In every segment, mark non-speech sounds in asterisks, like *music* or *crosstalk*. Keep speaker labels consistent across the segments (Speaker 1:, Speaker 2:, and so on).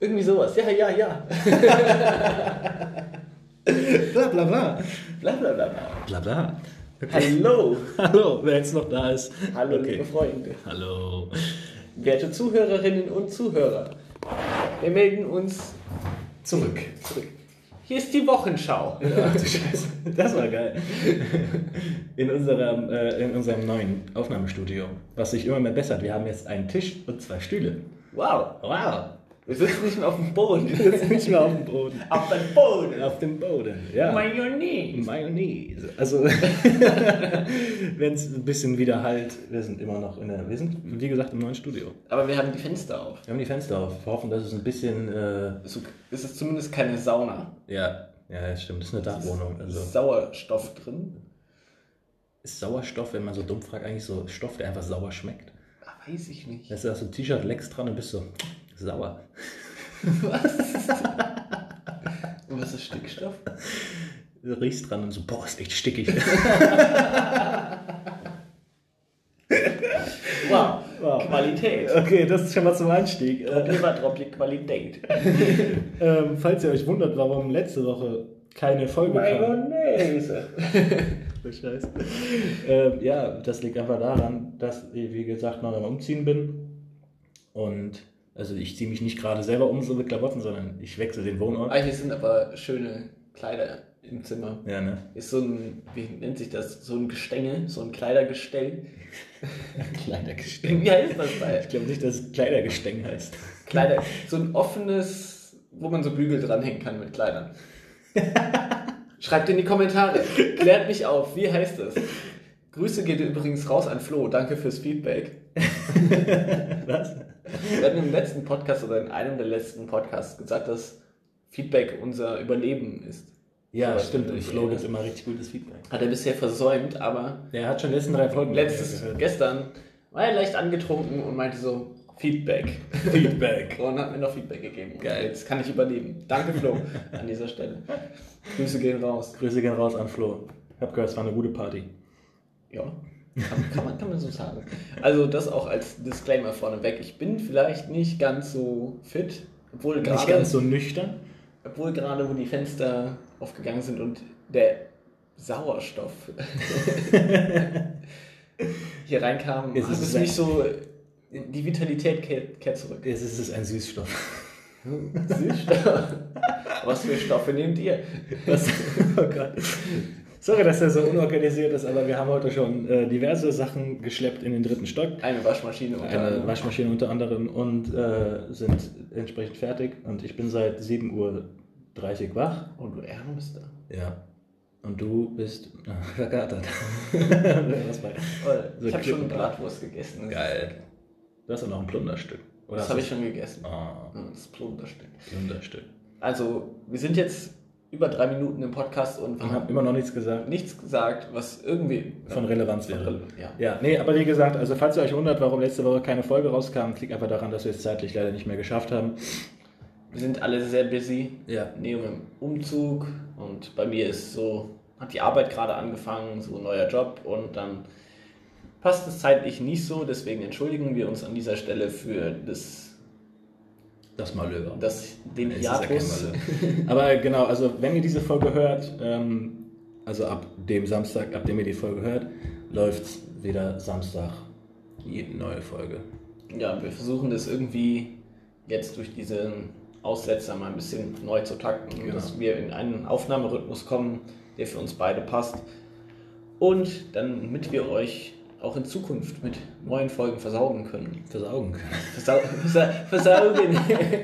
Speaker 1: Irgendwie sowas. Ja, ja, ja.
Speaker 2: Bla bla bla.
Speaker 1: Bla bla bla. bla.
Speaker 2: Bla bla.
Speaker 1: Hallo.
Speaker 2: Hallo, wer jetzt noch da ist.
Speaker 1: Hallo,
Speaker 2: Okay.
Speaker 1: liebe Freunde.
Speaker 2: Hallo.
Speaker 1: Werte Zuhörerinnen und Zuhörer. Wir melden uns
Speaker 2: Zurück.
Speaker 1: zurück. Hier ist die Wochenschau.
Speaker 2: Ach *laughs* du Scheiße. Das war geil. In unserem, äh, in unserem neuen Aufnahmestudio, was sich immer mehr bessert. Wir haben jetzt einen Tisch und zwei Stühle.
Speaker 1: Wow.
Speaker 2: Wow.
Speaker 1: Wir sitzen nicht mehr auf dem Boden.
Speaker 2: Wir *laughs* sind nicht mehr auf dem Boden.
Speaker 1: Auf dem Boden.
Speaker 2: Auf dem Boden, ja.
Speaker 1: Mayonnaise.
Speaker 2: Mayonnaise. Also, *laughs* wenn es ein bisschen wieder halt, wir sind immer noch in der, wir sind, wie gesagt, im neuen Studio.
Speaker 1: Aber wir haben die Fenster auf.
Speaker 2: Wir haben die Fenster auf, wir hoffen, dass es ein bisschen, äh,
Speaker 1: So ist es zumindest keine Sauna.
Speaker 2: ja, ja, das stimmt, das ist eine Dachwohnung.
Speaker 1: Es ist
Speaker 2: Also,
Speaker 1: Sauerstoff drin.
Speaker 2: ist Sauerstoff, wenn man so dumm fragt, eigentlich so Stoff, der einfach sauer schmeckt?
Speaker 1: Ah, weiß ich nicht.
Speaker 2: *laughs* Da ist da so ein T-Shirt Lex dran und bist so sauer.
Speaker 1: Und was ist Stickstoff?
Speaker 2: Du riechst dran und so, boah, ist echt stickig.
Speaker 1: Wow.
Speaker 2: Wow.
Speaker 1: Qualität.
Speaker 2: *laughs* *laughs* okay, das ist schon mal zum Einstieg. Äh,
Speaker 1: Silberdroplik Qualität.
Speaker 2: Ähm, falls ihr euch wundert, warum letzte Woche keine Folge
Speaker 1: Mayonnaise.
Speaker 2: Oh, Scheiße. ähm, ja, das liegt einfach daran, dass ich, wie gesagt, noch am Umziehen bin. Und also ich ziehe mich nicht gerade selber um, so mit Klamotten, sondern ich wechsle den Wohnort.
Speaker 1: Ah, hier sind aber schöne Kleider im Zimmer.
Speaker 2: Ja, *laughs* ne?
Speaker 1: Ist so ein, wie nennt sich das? So ein Gestänge, so ein Kleidergestell. *laughs*
Speaker 2: Kleidergestänk.
Speaker 1: Wie heißt das
Speaker 2: Ich
Speaker 1: bei?
Speaker 2: glaube nicht, dass es Kleidergestänk heißt. *laughs*
Speaker 1: Kleider. So ein offenes, wo man so Bügel dranhängen kann mit Kleidern. Schreibt in die Kommentare. Klärt mich auf. Wie heißt das? Grüße geht übrigens raus an Flo. Danke fürs Feedback.
Speaker 2: Was?
Speaker 1: Wir hatten im letzten Podcast oder in einem der letzten Podcasts gesagt, dass Feedback unser Überleben ist.
Speaker 2: Ja,
Speaker 1: Aber
Speaker 2: stimmt. Und
Speaker 1: natürlich,
Speaker 2: Flo
Speaker 1: ey,
Speaker 2: gibt
Speaker 1: das-
Speaker 2: immer richtig gutes Feedback.
Speaker 1: Hat er bisher versäumt, aber
Speaker 2: Der hat schon die letzten drei Folgen
Speaker 1: letztes,
Speaker 2: gehört.
Speaker 1: gestern war er leicht angetrunken und meinte so, Feedback.
Speaker 2: Feedback.
Speaker 1: Und hat mir noch Feedback gegeben. Und
Speaker 2: Geil.
Speaker 1: Jetzt kann ich überleben. Danke, Flo, an dieser Stelle. Grüße gehen raus.
Speaker 2: Grüße gehen raus an Flo. Ich hab gehört, es war eine gute Party.
Speaker 1: Ja, kann, kann, man, kann man so sagen. Also das auch als Disclaimer vorneweg. Ich bin vielleicht nicht ganz so fit, obwohl
Speaker 2: Nicht
Speaker 1: gerade,
Speaker 2: ganz so nüchtern.
Speaker 1: obwohl gerade wo die Fenster aufgegangen sind und der
Speaker 2: *laughs*
Speaker 1: Sauerstoff hier reinkam,
Speaker 2: Es
Speaker 1: hat
Speaker 2: ist
Speaker 1: es
Speaker 2: ein-
Speaker 1: mich so... Die Vitalität kehrt, kehrt zurück.
Speaker 2: Es ist es ist ein *laughs* Süßstoff.
Speaker 1: Süßstoff. *laughs* Was für Stoffe nehmt ihr?
Speaker 2: Was? Oh Gott. Sorry, dass er so unorganisiert ist, aber wir haben heute schon äh, diverse Sachen geschleppt in den dritten Stock.
Speaker 1: Eine Waschmaschine und
Speaker 2: Eine Waschmaschine unter anderem und äh, sind entsprechend fertig. Und ich bin seit 7.30 Uhr wach.
Speaker 1: Und Oh, du Ärmster.
Speaker 2: Ja. Und du bist äh, *laughs* vergatert. Was war
Speaker 1: Oh,
Speaker 2: So
Speaker 1: ich habe schon eine
Speaker 2: Klippen-
Speaker 1: Bratwurst gegessen. Das-
Speaker 2: Geil. Du hast auch noch ein Plunderstück.
Speaker 1: Das habe ich schon gegessen.
Speaker 2: Ah,
Speaker 1: Ja, Das Plunderstück.
Speaker 2: Plunderstück.
Speaker 1: Also, wir sind jetzt über drei Minuten im Podcast und
Speaker 2: Und
Speaker 1: haben
Speaker 2: habe immer noch nichts gesagt.
Speaker 1: nichts gesagt, was irgendwie
Speaker 2: Von Relevanz
Speaker 1: Von
Speaker 2: wäre.
Speaker 1: Rele- ja.
Speaker 2: Ja, nee, aber wie gesagt, also falls ihr euch wundert, warum letzte Woche keine Folge rauskam, liegt einfach daran, dass wir es zeitlich leider nicht mehr geschafft haben.
Speaker 1: Wir sind alle sehr busy.
Speaker 2: Ja.
Speaker 1: Neo im Umzug und bei mir ist so, hat die Arbeit gerade angefangen, so ein neuer Job und dann passt es zeitlich nicht so, deswegen entschuldigen wir uns an dieser Stelle für das,
Speaker 2: Das Malöver.
Speaker 1: das den
Speaker 2: Es ist ja kein
Speaker 1: Hiatus.
Speaker 2: Malheur. *laughs* Aber genau, also wenn ihr diese Folge hört, ähm, also ab dem Samstag, ab dem ihr die Folge hört, läuft wieder Samstag jede neue Folge.
Speaker 1: Ja, wir versuchen das irgendwie jetzt durch diesen Aussetzer mal ein bisschen neu zu takten,
Speaker 2: Genau.
Speaker 1: dass wir in einen Aufnahmerhythmus kommen, der für uns beide passt. Und dann, damit wir euch auch in Zukunft mit neuen Folgen versaugen können.
Speaker 2: Versaugen können.
Speaker 1: Versau versa versaugen.
Speaker 2: *laughs*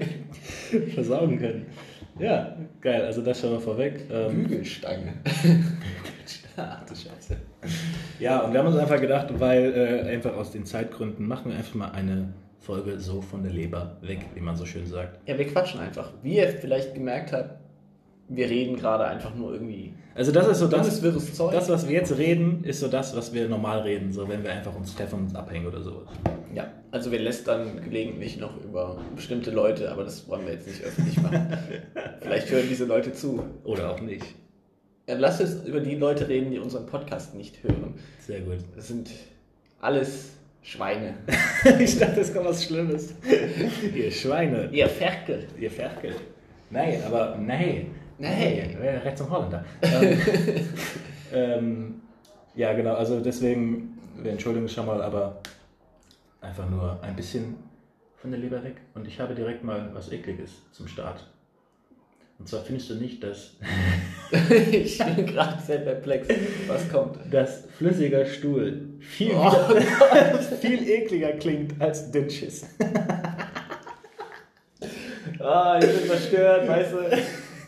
Speaker 2: Versaugen können. Ja, geil, also das schon mal vorweg. Ähm,
Speaker 1: Bügelstange.
Speaker 2: ach du Scheiße. Ja, und wir haben uns einfach gedacht, weil äh, einfach aus den Zeitgründen machen wir einfach mal eine Folge so von der Leber weg, wie man so schön sagt.
Speaker 1: Ja, wir quatschen einfach. Wie ihr vielleicht gemerkt habt, wir reden gerade einfach nur irgendwie.
Speaker 2: Also das ist so
Speaker 1: Dann
Speaker 2: das,
Speaker 1: ist wirres Zeug.
Speaker 2: das, was wir jetzt reden, ist so das, was wir normal reden, so wenn wir einfach uns Stefan abhängen oder sowas.
Speaker 1: Ja, also wir lästern gelegentlich noch über bestimmte Leute, aber das wollen wir jetzt nicht öffentlich machen.
Speaker 2: *laughs*
Speaker 1: Vielleicht hören diese Leute zu.
Speaker 2: Oder auch nicht.
Speaker 1: Ja, lasst uns über die Leute reden, die unseren Podcast nicht hören.
Speaker 2: Sehr gut.
Speaker 1: Das sind alles Schweine.
Speaker 2: *laughs* ich dachte, es kommt was Schlimmes. *laughs* ihr Schweine.
Speaker 1: Ihr Ferkel. *laughs*
Speaker 2: Ihr Ferkel. Nein, aber nein.
Speaker 1: Nein.
Speaker 2: Nein, äh, rechts zum Holländer. Ähm,
Speaker 1: *laughs*
Speaker 2: ähm, ja, genau, also deswegen, wir entschuldigen es schon mal, aber einfach nur ein bisschen von der Leber weg. Und ich habe direkt mal was Ekliges zum Start. Und zwar findest du nicht, dass,
Speaker 1: ich bin gerade sehr perplex. Was kommt?
Speaker 2: dass flüssiger Stuhl viel, *laughs*
Speaker 1: Oh
Speaker 2: viel ekliger klingt als Ditches.
Speaker 1: Ah, ich bin verstört, weißt du.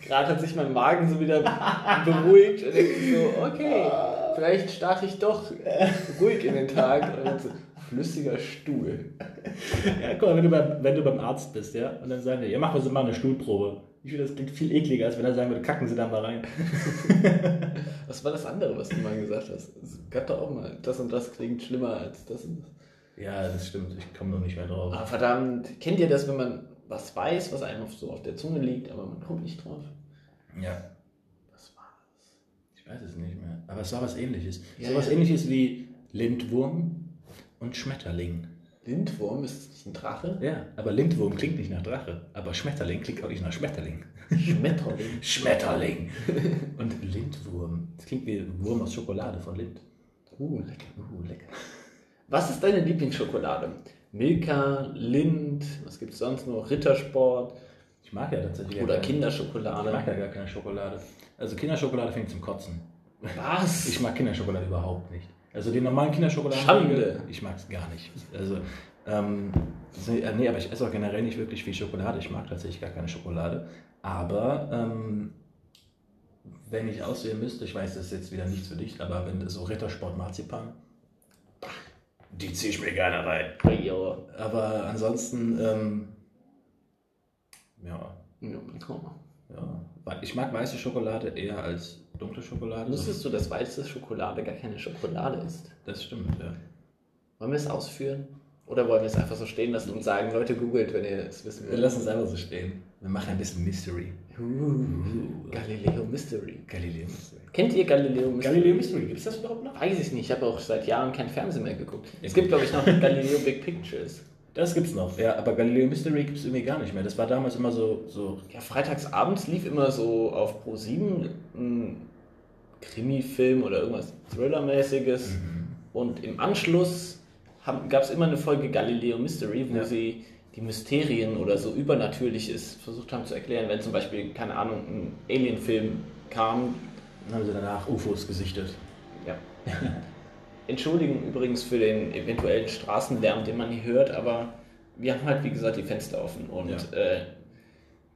Speaker 1: Gerade hat sich mein Magen so wieder beruhigt und denkt sich so, okay, vielleicht starte ich doch ruhig in den Tag. Und dann so, flüssiger Stuhl.
Speaker 2: Ja, guck mal, wenn du, beim, wenn du beim Arzt bist, ja, und dann sagen wir, ja, machen wir so mal eine Stuhlprobe. Ich finde, das klingt viel ekliger, als wenn er sagen würde, kacken Sie da mal rein.
Speaker 1: Was war das andere, was du mal gesagt hast? Es gab doch auch mal, das und das klingt schlimmer als das und das.
Speaker 2: Ja, das stimmt, ich komme noch nicht mehr drauf.
Speaker 1: Ah, verdammt, kennt ihr das, wenn man was weiß, was einem so auf der Zunge liegt, aber man kommt nicht drauf?
Speaker 2: Ja,
Speaker 1: Was war das?
Speaker 2: Ich weiß es nicht mehr. Aber es war was ähnliches.
Speaker 1: Ja,
Speaker 2: so was
Speaker 1: ja.
Speaker 2: ähnliches wie Lindwurm und Schmetterling.
Speaker 1: Lindwurm, ist das nicht ein Drache?
Speaker 2: Ja, aber Lindwurm klingt nicht nach Drache. Aber Schmetterling klingt auch nicht nach Schmetterling.
Speaker 1: Schmetterling.
Speaker 2: *laughs* Schmetterling! und Lindwurm. Das klingt wie Wurm aus Schokolade von Lind.
Speaker 1: Uh, lecker.
Speaker 2: Uh, lecker.
Speaker 1: Was ist deine Lieblingsschokolade? Milka, Lind, was gibt's sonst noch? Rittersport
Speaker 2: Ich mag ja tatsächlich.
Speaker 1: oder
Speaker 2: gar keine- Ich mag ja
Speaker 1: Kinderschokolade?
Speaker 2: gar keine Schokolade. Also Kinderschokolade finde ich zum Kotzen.
Speaker 1: Was?
Speaker 2: Ich mag Kinderschokolade überhaupt nicht. Also den normalen Kinderschokoladen.
Speaker 1: Schande.
Speaker 2: Ich mag es gar nicht. Also, ähm, das- äh, nee, aber ich esse auch generell nicht wirklich viel Schokolade. Ich mag tatsächlich gar keine Schokolade. Aber ähm, wenn ich auswählen müsste, ich weiß, das ist jetzt wieder nichts für dich, aber wenn das so Rittersport Marzipan, die ziehe ich mir gerne rein.
Speaker 1: Ja.
Speaker 2: Aber ansonsten, ähm, ja,
Speaker 1: Ja, komm mal.
Speaker 2: ja. Ich mag weiße Schokolade eher als dunkle Schokolade.
Speaker 1: Wusstest du, dass weiße Schokolade gar keine Schokolade ist?
Speaker 2: Das stimmt, ja.
Speaker 1: Wollen wir es ausführen? Oder wollen wir es einfach so stehen lassen und sagen, Leute, googelt, wenn ihr es wissen
Speaker 2: Wir
Speaker 1: wollt?
Speaker 2: lassen es einfach so stehen. Wir machen ein bisschen Mystery.
Speaker 1: Uh, Galileo Mystery.
Speaker 2: Galileo Mystery.
Speaker 1: Kennt ihr Galileo Mystery?
Speaker 2: Mystery, gibt es das überhaupt noch?
Speaker 1: Weiß ich nicht, ich habe auch seit Jahren kein Fernsehen mehr geguckt. Es gibt, glaube ich, noch Galileo Big Pictures.
Speaker 2: Das gibt's noch, ja, aber Galileo Mystery gibt es irgendwie gar nicht mehr. Das war damals immer so, so
Speaker 1: Ja, freitagsabends lief immer so auf Pro7 ein Krimi-Film oder irgendwas Thriller-mäßiges.
Speaker 2: Mhm.
Speaker 1: Und im Anschluss gab es immer eine Folge Galileo Mystery, wo
Speaker 2: Ja.
Speaker 1: sie die Mysterien oder so Übernatürliches versucht haben zu erklären. Wenn zum Beispiel, keine Ahnung, ein Alien-Film kam.
Speaker 2: dann haben sie danach UFOs gesichtet.
Speaker 1: Ja. *laughs* Entschuldigung übrigens für den eventuellen Straßenlärm, den man hier hört, aber wir haben halt, wie gesagt, die Fenster offen. Und
Speaker 2: Ja.
Speaker 1: äh,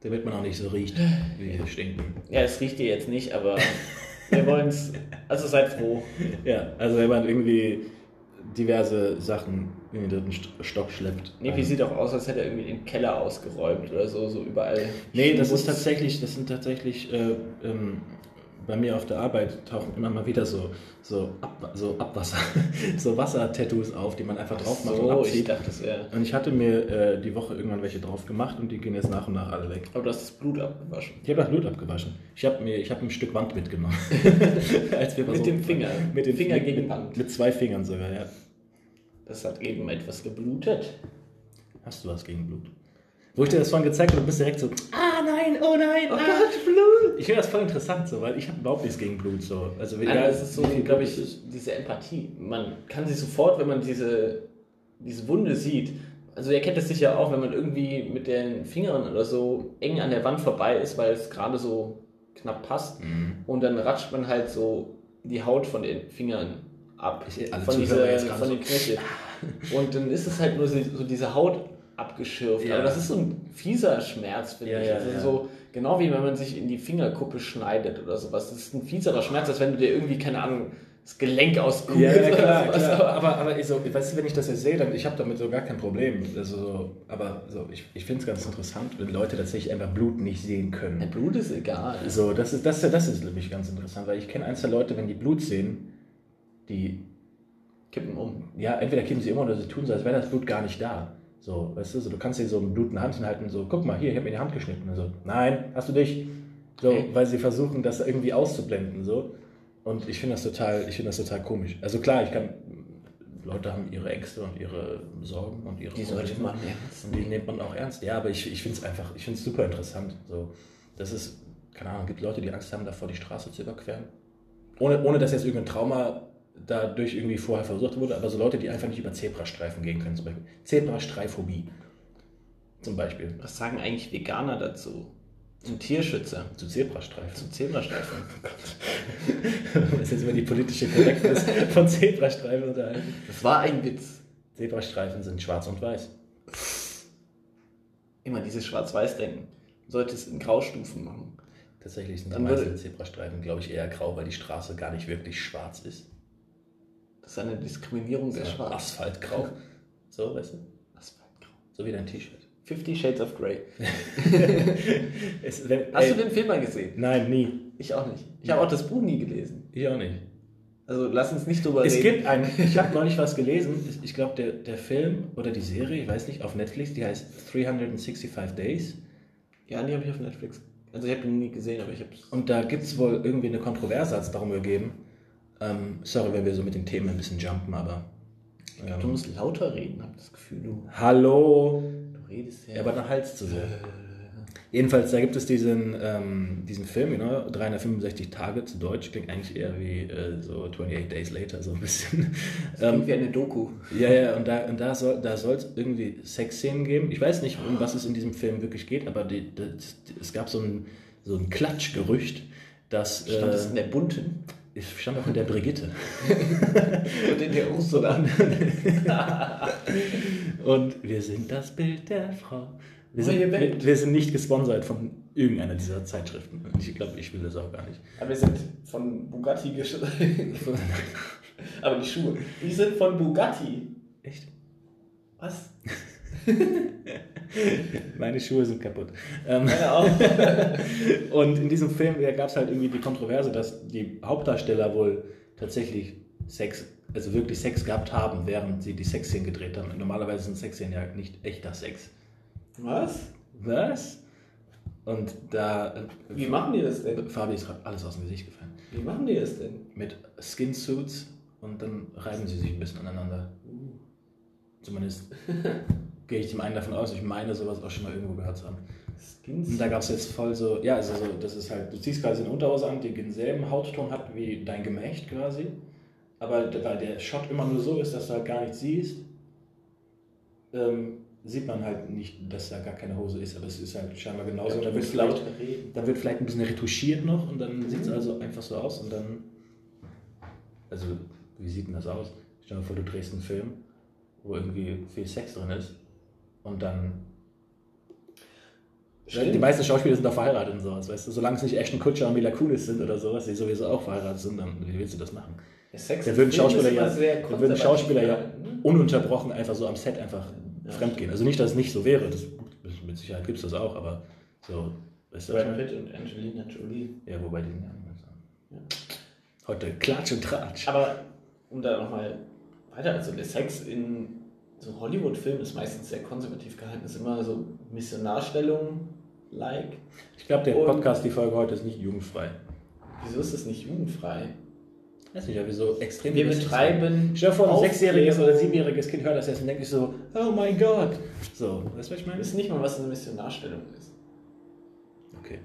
Speaker 2: Damit man auch nicht so riecht, wie wir stinken.
Speaker 1: Ja, es riecht dir jetzt nicht, aber wir wollen es. Also seid froh.
Speaker 2: Ja, also wenn man irgendwie diverse Sachen in den dritten St- Stock schleppt.
Speaker 1: Nepi sieht auch aus, als hätte er irgendwie den Keller ausgeräumt oder so, so überall.
Speaker 2: Nee, das ist
Speaker 1: Schmutz.
Speaker 2: tatsächlich, das sind tatsächlich äh, ähm, bei mir auf der Arbeit tauchen immer mal wieder so, so, Ab so Abwasser, *laughs* so Wassertattoos auf, die man einfach drauf macht und
Speaker 1: So, ich
Speaker 2: abzieht.
Speaker 1: dachte, das wäre.
Speaker 2: und ich hatte mir äh, die Woche irgendwann welche drauf gemacht und die gehen jetzt nach und nach alle weg.
Speaker 1: Aber du hast das Blut abgewaschen.
Speaker 2: Ich habe das Blut abgewaschen. Ich habe mir, ich habe ein Stück Wand mitgenommen. *laughs* Als wir
Speaker 1: Mit
Speaker 2: versucht-
Speaker 1: dem Finger.
Speaker 2: Mit dem
Speaker 1: Finger
Speaker 2: mit,
Speaker 1: gegen
Speaker 2: mit,
Speaker 1: Wand.
Speaker 2: Mit zwei Fingern sogar, ja.
Speaker 1: Das hat eben etwas geblutet.
Speaker 2: Hast du was gegen Blut? Wo ich dir das vorhin gezeigt habe, du bist direkt so, ah nein, oh nein, ah.
Speaker 1: Blut!
Speaker 2: Ich finde das voll interessant, so, weil ich habe überhaupt nichts gegen Blut. So. Also,
Speaker 1: Nein,
Speaker 2: egal,
Speaker 1: das ist so,
Speaker 2: wie viel
Speaker 1: glaube
Speaker 2: Blut
Speaker 1: ich,
Speaker 2: es ist.
Speaker 1: diese Empathie. Man kann sie sofort, wenn man diese, diese Wunde sieht. Also ihr kennt es sicher auch, wenn man irgendwie mit den Fingern oder so eng an der Wand vorbei ist, weil es gerade so knapp passt.
Speaker 2: Mhm.
Speaker 1: Und dann ratscht man halt so die Haut von den Fingern ab.
Speaker 2: Ich- alle
Speaker 1: von
Speaker 2: Zuhörer
Speaker 1: dieser,
Speaker 2: jetzt gerade
Speaker 1: von den
Speaker 2: *laughs*
Speaker 1: Knöcheln. Und dann ist es halt nur so, so diese Haut abgeschürft.
Speaker 2: Ja.
Speaker 1: Aber das ist so ein fieser Schmerz, finde
Speaker 2: Ja,
Speaker 1: ich.
Speaker 2: ja,
Speaker 1: also
Speaker 2: ja.
Speaker 1: so genau wie wenn man sich in die Fingerkuppe schneidet oder sowas. Das ist ein fieserer Schmerz, als wenn du dir irgendwie, keine Ahnung, das Gelenk auskugelst
Speaker 2: *laughs* Ja, ja, klar,
Speaker 1: oder sowas.
Speaker 2: klar.
Speaker 1: Aber
Speaker 2: Aber, aber ich so, weißt du, wenn ich das jetzt sehe, dann ich habe damit so gar kein Problem. Also, so, aber so, ich, ich finde es ganz interessant, wenn Leute tatsächlich einfach Blut nicht sehen
Speaker 1: Dein
Speaker 2: können.
Speaker 1: Blut ist egal.
Speaker 2: So, das ist, das, ist- das ist für mich ganz interessant, weil ich kenne einzelne Leute, wenn die Blut sehen, die,
Speaker 1: Kippen um.
Speaker 2: ja, entweder kippen sie immer oder sie tun so, als wäre das Blut gar nicht da. So, weißt du, so, du kannst dir so ein Blut in die Hand hinhalten, so, guck mal, hier, ich habe mir die Hand geschnitten. Und so, nein, hast du dich. So,
Speaker 1: Okay.
Speaker 2: weil sie versuchen, das irgendwie auszublenden, so. Und ich finde das total, ich finde das total komisch. Also klar, ich kann Leute haben ihre Ängste und ihre Sorgen und ihre
Speaker 1: Die sollte
Speaker 2: Probleme.
Speaker 1: man ernst
Speaker 2: Und die nimmt man auch ernst. Ja, aber ich, ich finde es einfach, ich finde es super interessant. So, das ist, keine Ahnung, gibt Leute, die Angst haben, davor die Straße zu überqueren. Ohne, ohne dass jetzt irgendein Trauma dadurch irgendwie vorher versucht wurde, aber so Leute, die einfach nicht über Zebrastreifen gehen können, zum Beispiel. Zebrastreiphobie. Zum Beispiel.
Speaker 1: Was sagen eigentlich Veganer dazu? Zum Tierschützer,
Speaker 2: Zu Zebrastreifen. *laughs*
Speaker 1: zum Zebrastreifen.
Speaker 2: Wir müssen jetzt über die politische Korrektheit von Zebrastreifen unterhalten.
Speaker 1: Das war ein Witz.
Speaker 2: Zebrastreifen sind schwarz und weiß.
Speaker 1: Immer dieses Schwarz-Weiß-Denken. Man sollte es in Graustufen machen.
Speaker 2: Tatsächlich sind die
Speaker 1: Dann würde-
Speaker 2: meisten Zebrastreifen, glaube ich, eher grau, weil die Straße gar nicht wirklich schwarz ist.
Speaker 1: Das ist eine Diskriminierung der
Speaker 2: sondern
Speaker 1: Schwarz. *laughs*
Speaker 2: Asphaltgrau. So, weißt du?
Speaker 1: Asphaltgrau.
Speaker 2: So wie dein T-Shirt.
Speaker 1: Fifty Shades of Grey.
Speaker 2: Es- wenn-
Speaker 1: Hast
Speaker 2: ey,
Speaker 1: du den Film mal gesehen?
Speaker 2: Nein, nie.
Speaker 1: Ich auch nicht. Ich habe auch das Buch nie gelesen.
Speaker 2: Ich auch nicht.
Speaker 1: Also lass uns nicht drüber
Speaker 2: Es
Speaker 1: reden.
Speaker 2: gibt einen, ich
Speaker 1: *laughs*
Speaker 2: habe neulich was gelesen, ich- ich glaube, der, der Film oder die Serie, ich weiß nicht, auf Netflix, die heißt 365 Days.
Speaker 1: Ja, die habe ich auf Netflix. Also ich habe ihn nie gesehen, aber ich habe
Speaker 2: Und da gibt es wohl irgendwie eine Kontroverse, hat es darum gegeben. Ähm, sorry, wenn wir so mit den Themen ein bisschen jumpen, aber.
Speaker 1: Du
Speaker 2: Ähm,
Speaker 1: musst lauter reden, habe das Gefühl, du,
Speaker 2: hallo!
Speaker 1: du redest ja.
Speaker 2: Ja, aber nach Hals zu sehr. Äh. Jedenfalls, da gibt es diesen, ähm, diesen Film, ne? 365 Tage zu Deutsch, klingt eigentlich eher wie äh, so 28 Days Later, so ein bisschen. ähm,
Speaker 1: irgendwie eine Doku.
Speaker 2: ja, ja, und da, und da soll da es irgendwie Sexszenen geben. Ich weiß nicht, um was es in diesem Film wirklich geht, aber die, das, es gab so ein, so ein Klatschgerücht, dass. Äh,
Speaker 1: Stand das in der bunten
Speaker 2: es stand auch in der Brigitte.
Speaker 1: und in der Ursula.
Speaker 2: Und wir sind das Bild der Frau. Wir sind,
Speaker 1: Neue Welt.
Speaker 2: wir, wir sind nicht gesponsert von irgendeiner dieser Zeitschriften. Und ich glaube, ich will das auch gar nicht.
Speaker 1: *laughs* Aber wir sind von Bugatti geschrieben. *laughs* aber die Schuhe. Die sind von Bugatti.
Speaker 2: Echt?
Speaker 1: Was?
Speaker 2: Meine Schuhe sind kaputt. Ähm,
Speaker 1: Keine Ahnung. *laughs*
Speaker 2: und in diesem Film gab es halt irgendwie die Kontroverse, dass die Hauptdarsteller wohl tatsächlich Sex, also wirklich Sex gehabt haben, während sie die Sexszenen gedreht haben. Und normalerweise sind Sexszenen ja nicht echter Sex.
Speaker 1: Was?
Speaker 2: Was? Und da. äh,
Speaker 1: Wie machen die das denn?
Speaker 2: Fabi ist gerade alles aus dem Gesicht gefallen.
Speaker 1: Wie machen die das denn?
Speaker 2: Mit Skinsuits und dann reiben sie sich ein bisschen aneinander.
Speaker 1: Uh,
Speaker 2: Zumindest gehe ich dem einen davon aus, ich meine sowas auch schon mal irgendwo gehört zu haben.
Speaker 1: Skins.
Speaker 2: Und da gab es jetzt voll so, ja, also so, das ist halt, du ziehst quasi eine Unterhose an, die denselben Hautton hat wie dein Gemächt quasi. Aber d- weil der Shot immer nur so ist, dass du halt gar nichts siehst, ähm, sieht man halt nicht, dass da gar keine Hose ist, aber es ist halt scheinbar
Speaker 1: Also,
Speaker 2: genauso. Und da wird vielleicht,
Speaker 1: reden.
Speaker 2: da wird vielleicht ein bisschen retuschiert noch und dann sieht es also einfach so aus und dann. Also, wie sieht denn das aus? Stell dir vor, du drehst einen Film, wo irgendwie viel Sex drin ist und dann die
Speaker 1: Stimmt.
Speaker 2: meisten Schauspieler sind auch verheiratet und sowas, weißt du? Solange es nicht Ashton Kutscher und Mila Kunis sind oder sowas, die sowieso auch verheiratet sind, dann wie willst du das machen?
Speaker 1: Der Sex
Speaker 2: Da
Speaker 1: im
Speaker 2: würden
Speaker 1: Film
Speaker 2: Schauspieler
Speaker 1: ist immer
Speaker 2: ja-
Speaker 1: sehr
Speaker 2: da würden Schauspieler ja-
Speaker 1: konservativ gehalten, ne? Hm?
Speaker 2: Ununterbrochen einfach so am Set einfach
Speaker 1: Ja.
Speaker 2: fremdgehen. Also nicht, dass es nicht so wäre, das, mit Sicherheit gibt es das auch, aber so, weißt du? was ich
Speaker 1: Brad
Speaker 2: meine?
Speaker 1: Pitt und Angelina Jolie.
Speaker 2: Ja, wobei die sind ja anders.
Speaker 1: Ja.
Speaker 2: Heute Klatsch und Tratsch.
Speaker 1: Aber um da nochmal weiter, also der Sex in so Hollywood-Filmen ist meistens sehr konservativ gehalten, ist immer so Missionarstellung-like.
Speaker 2: Ich glaube, der
Speaker 1: Und-
Speaker 2: Podcast, die Folge heute ist nicht jugendfrei.
Speaker 1: Wieso ist das nicht jugendfrei?
Speaker 2: Weiß nicht, aber so extrem.
Speaker 1: Wir
Speaker 2: lustig
Speaker 1: betreiben.
Speaker 2: sein. Stell dir vor, ein
Speaker 1: Aufklärung.
Speaker 2: sechsjähriges oder siebenjähriges Kind hört das jetzt und denkt sich so, oh mein Gott. So, weißt du, was ich
Speaker 1: Wir
Speaker 2: meine?
Speaker 1: wissen nicht mal, was eine Missionarstellung ist.
Speaker 2: Okay,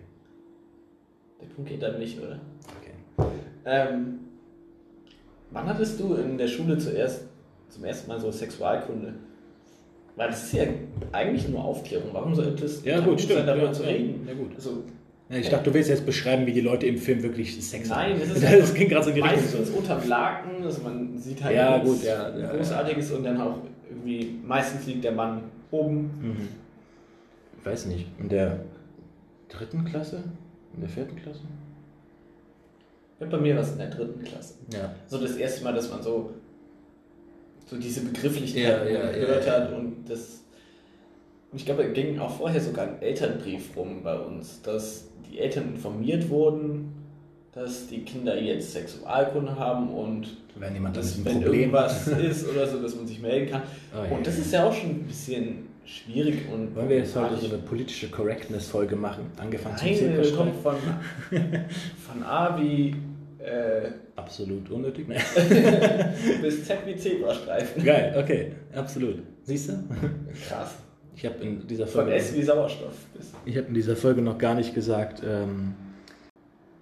Speaker 1: Der Punkt geht dann nicht, oder?
Speaker 2: okay.
Speaker 1: Ähm, wann hattest du in der Schule zuerst zum ersten Mal so Sexualkunde? Weil das ist ja eigentlich nur Aufklärung. Warum sollte es
Speaker 2: Ja,
Speaker 1: tabu
Speaker 2: gut, stimmt.
Speaker 1: sein, darüber
Speaker 2: Ja,
Speaker 1: zu
Speaker 2: ja.
Speaker 1: reden?
Speaker 2: Ja, gut.
Speaker 1: Also,
Speaker 2: Ja, ich dachte, du willst jetzt beschreiben, wie die Leute im Film wirklich Sex
Speaker 1: Nein,
Speaker 2: haben.
Speaker 1: das ist
Speaker 2: *laughs* das ging gerade so in die Richtung.
Speaker 1: meistens
Speaker 2: So.
Speaker 1: unterm Laken, also man sieht halt
Speaker 2: Ja,
Speaker 1: nichts
Speaker 2: gut, ja, ja,
Speaker 1: Großartiges und dann auch irgendwie, meistens liegt der Mann oben.
Speaker 2: Mhm. Ich weiß nicht. In der dritten Klasse? In der vierten Klasse?
Speaker 1: Ja, bei mir war es in der dritten Klasse.
Speaker 2: Ja.
Speaker 1: So das erste Mal, dass man so, so diese
Speaker 2: Ja,
Speaker 1: Begrifflichkeiten
Speaker 2: ja,
Speaker 1: gehört
Speaker 2: ja, ja.
Speaker 1: hat und das. Und ich glaube, da ging auch vorher sogar ein Elternbrief rum bei uns, dass die Eltern informiert wurden, dass die Kinder jetzt Sexualkunde haben und
Speaker 2: Wenn jemand das
Speaker 1: dass,
Speaker 2: ein
Speaker 1: wenn
Speaker 2: Problem
Speaker 1: irgendwas ist oder so, dass man sich melden kann.
Speaker 2: Oh, ja.
Speaker 1: Und das ist ja auch schon ein bisschen schwierig und.
Speaker 2: Wollen wir jetzt heute so eine
Speaker 1: problematisch.
Speaker 2: politische Correctness-Folge machen? Angefangen zum
Speaker 1: Nein, wir
Speaker 2: Zebrastreifen.
Speaker 1: kommen von, von A wie äh, äh,
Speaker 2: Absolut unnötig. *laughs* Ne?
Speaker 1: bis Z wie Zebrastreifen.
Speaker 2: Geil, okay, absolut. Siehst du?
Speaker 1: Krass.
Speaker 2: Ich habe in dieser
Speaker 1: Von
Speaker 2: Folge.
Speaker 1: S wie Sauerstoff bis.
Speaker 2: Ich habe in dieser Folge noch gar nicht gesagt. Ähm,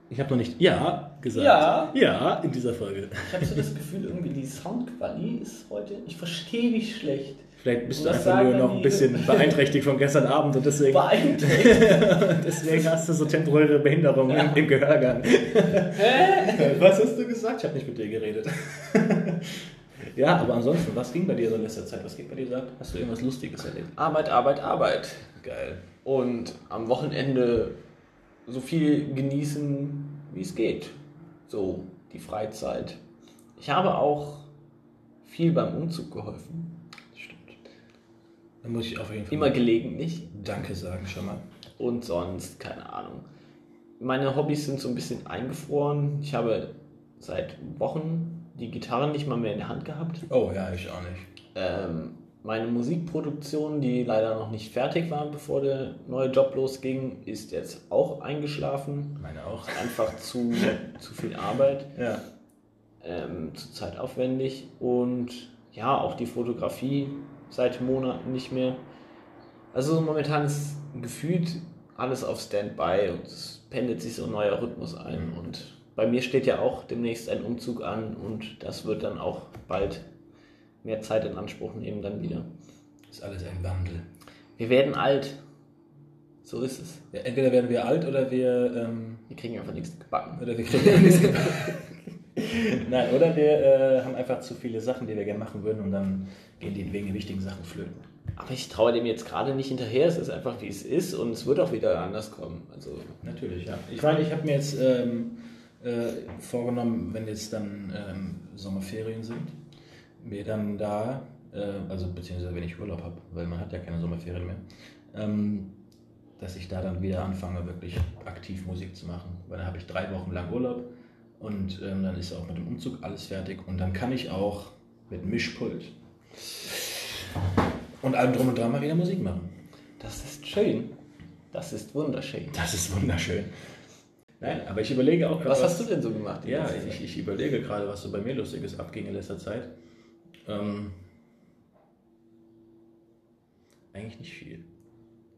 Speaker 2: ich habe noch nicht ja gesagt.
Speaker 1: Ja.
Speaker 2: Ja, in dieser Folge.
Speaker 1: Ich habe so das Gefühl, irgendwie die Soundqualität ist heute. Ich verstehe dich schlecht.
Speaker 2: Vielleicht bist
Speaker 1: Und
Speaker 2: du
Speaker 1: das
Speaker 2: einfach
Speaker 1: sagen
Speaker 2: nur
Speaker 1: dann
Speaker 2: noch ein
Speaker 1: die-
Speaker 2: bisschen beeinträchtigt von gestern Abend und deswegen,
Speaker 1: Beeinträchtigt.
Speaker 2: deswegen hast du so temporäre Behinderung im, im Gehörgang. *laughs* Was hast du gesagt? Ich habe nicht mit dir geredet. *laughs* ja, aber ansonsten, was ging bei dir so in letzter Zeit? Was geht bei dir so ab? Hast du irgendwas Lustiges erlebt?
Speaker 1: Arbeit, Arbeit, Arbeit.
Speaker 2: Geil.
Speaker 1: Und am Wochenende so viel genießen, wie es geht. So, die Freizeit. Ich habe auch viel beim Umzug geholfen.
Speaker 2: Stimmt. Da muss ich auf jeden Fall
Speaker 1: Immer gelegentlich.
Speaker 2: Danke sagen schon mal.
Speaker 1: Und sonst, keine Ahnung. Meine Hobbys sind so ein bisschen eingefroren. Ich habe seit Wochen die Gitarre nicht mal mehr in der Hand gehabt.
Speaker 2: Oh ja, ich auch nicht.
Speaker 1: Ähm, meine Musikproduktion, die leider noch nicht fertig war, bevor der neue Job losging, ist jetzt auch eingeschlafen.
Speaker 2: Meine auch.
Speaker 1: Einfach zu, zu viel Arbeit,
Speaker 2: Ja.
Speaker 1: ähm, zu zeitaufwendig. Und ja, auch die Fotografie seit Monaten nicht mehr. Also momentan ist gefühlt alles auf Standby und es pendelt sich so ein neuer Rhythmus ein.
Speaker 2: Mhm.
Speaker 1: Und bei mir steht ja auch demnächst ein Umzug an und das wird dann auch bald mehr Zeit in Anspruch nehmen dann wieder.
Speaker 2: Ist alles ein Wandel.
Speaker 1: Wir werden alt. So ist es.
Speaker 2: Ja, entweder werden wir alt oder wir, ähm,
Speaker 1: Wir kriegen einfach nichts gebacken.
Speaker 2: oder wir kriegen nichts *laughs* gebacken. Nein, oder wir äh, haben einfach zu viele Sachen, die wir gerne machen würden und dann gehen die wegen den wichtigen Sachen flöten.
Speaker 1: Aber ich traue dem jetzt gerade nicht hinterher. Es ist einfach, wie es ist und es wird auch wieder anders kommen. Also,
Speaker 2: Natürlich, ja. Ich meine, ich habe mir jetzt ähm, äh, vorgenommen, wenn jetzt dann ähm, Sommerferien sind, mir dann da, äh, also beziehungsweise wenn ich Urlaub habe, weil man hat ja keine Sommerferien mehr, ähm, dass ich da dann wieder anfange, wirklich aktiv Musik zu machen. Weil dann habe ich drei Wochen lang Urlaub und ähm, dann ist auch mit dem Umzug alles fertig und dann kann ich auch mit Mischpult und allem drum und dran mal wieder Musik machen.
Speaker 1: das ist schön. Das ist wunderschön.
Speaker 2: Das ist wunderschön. Nein, aber ich überlege auch
Speaker 1: Was hast du denn so gemacht? die
Speaker 2: Ja,
Speaker 1: ganze Zeit?
Speaker 2: ich, ich überlege gerade, was so bei mir Lustiges abging in letzter Zeit. Ähm, eigentlich nicht viel.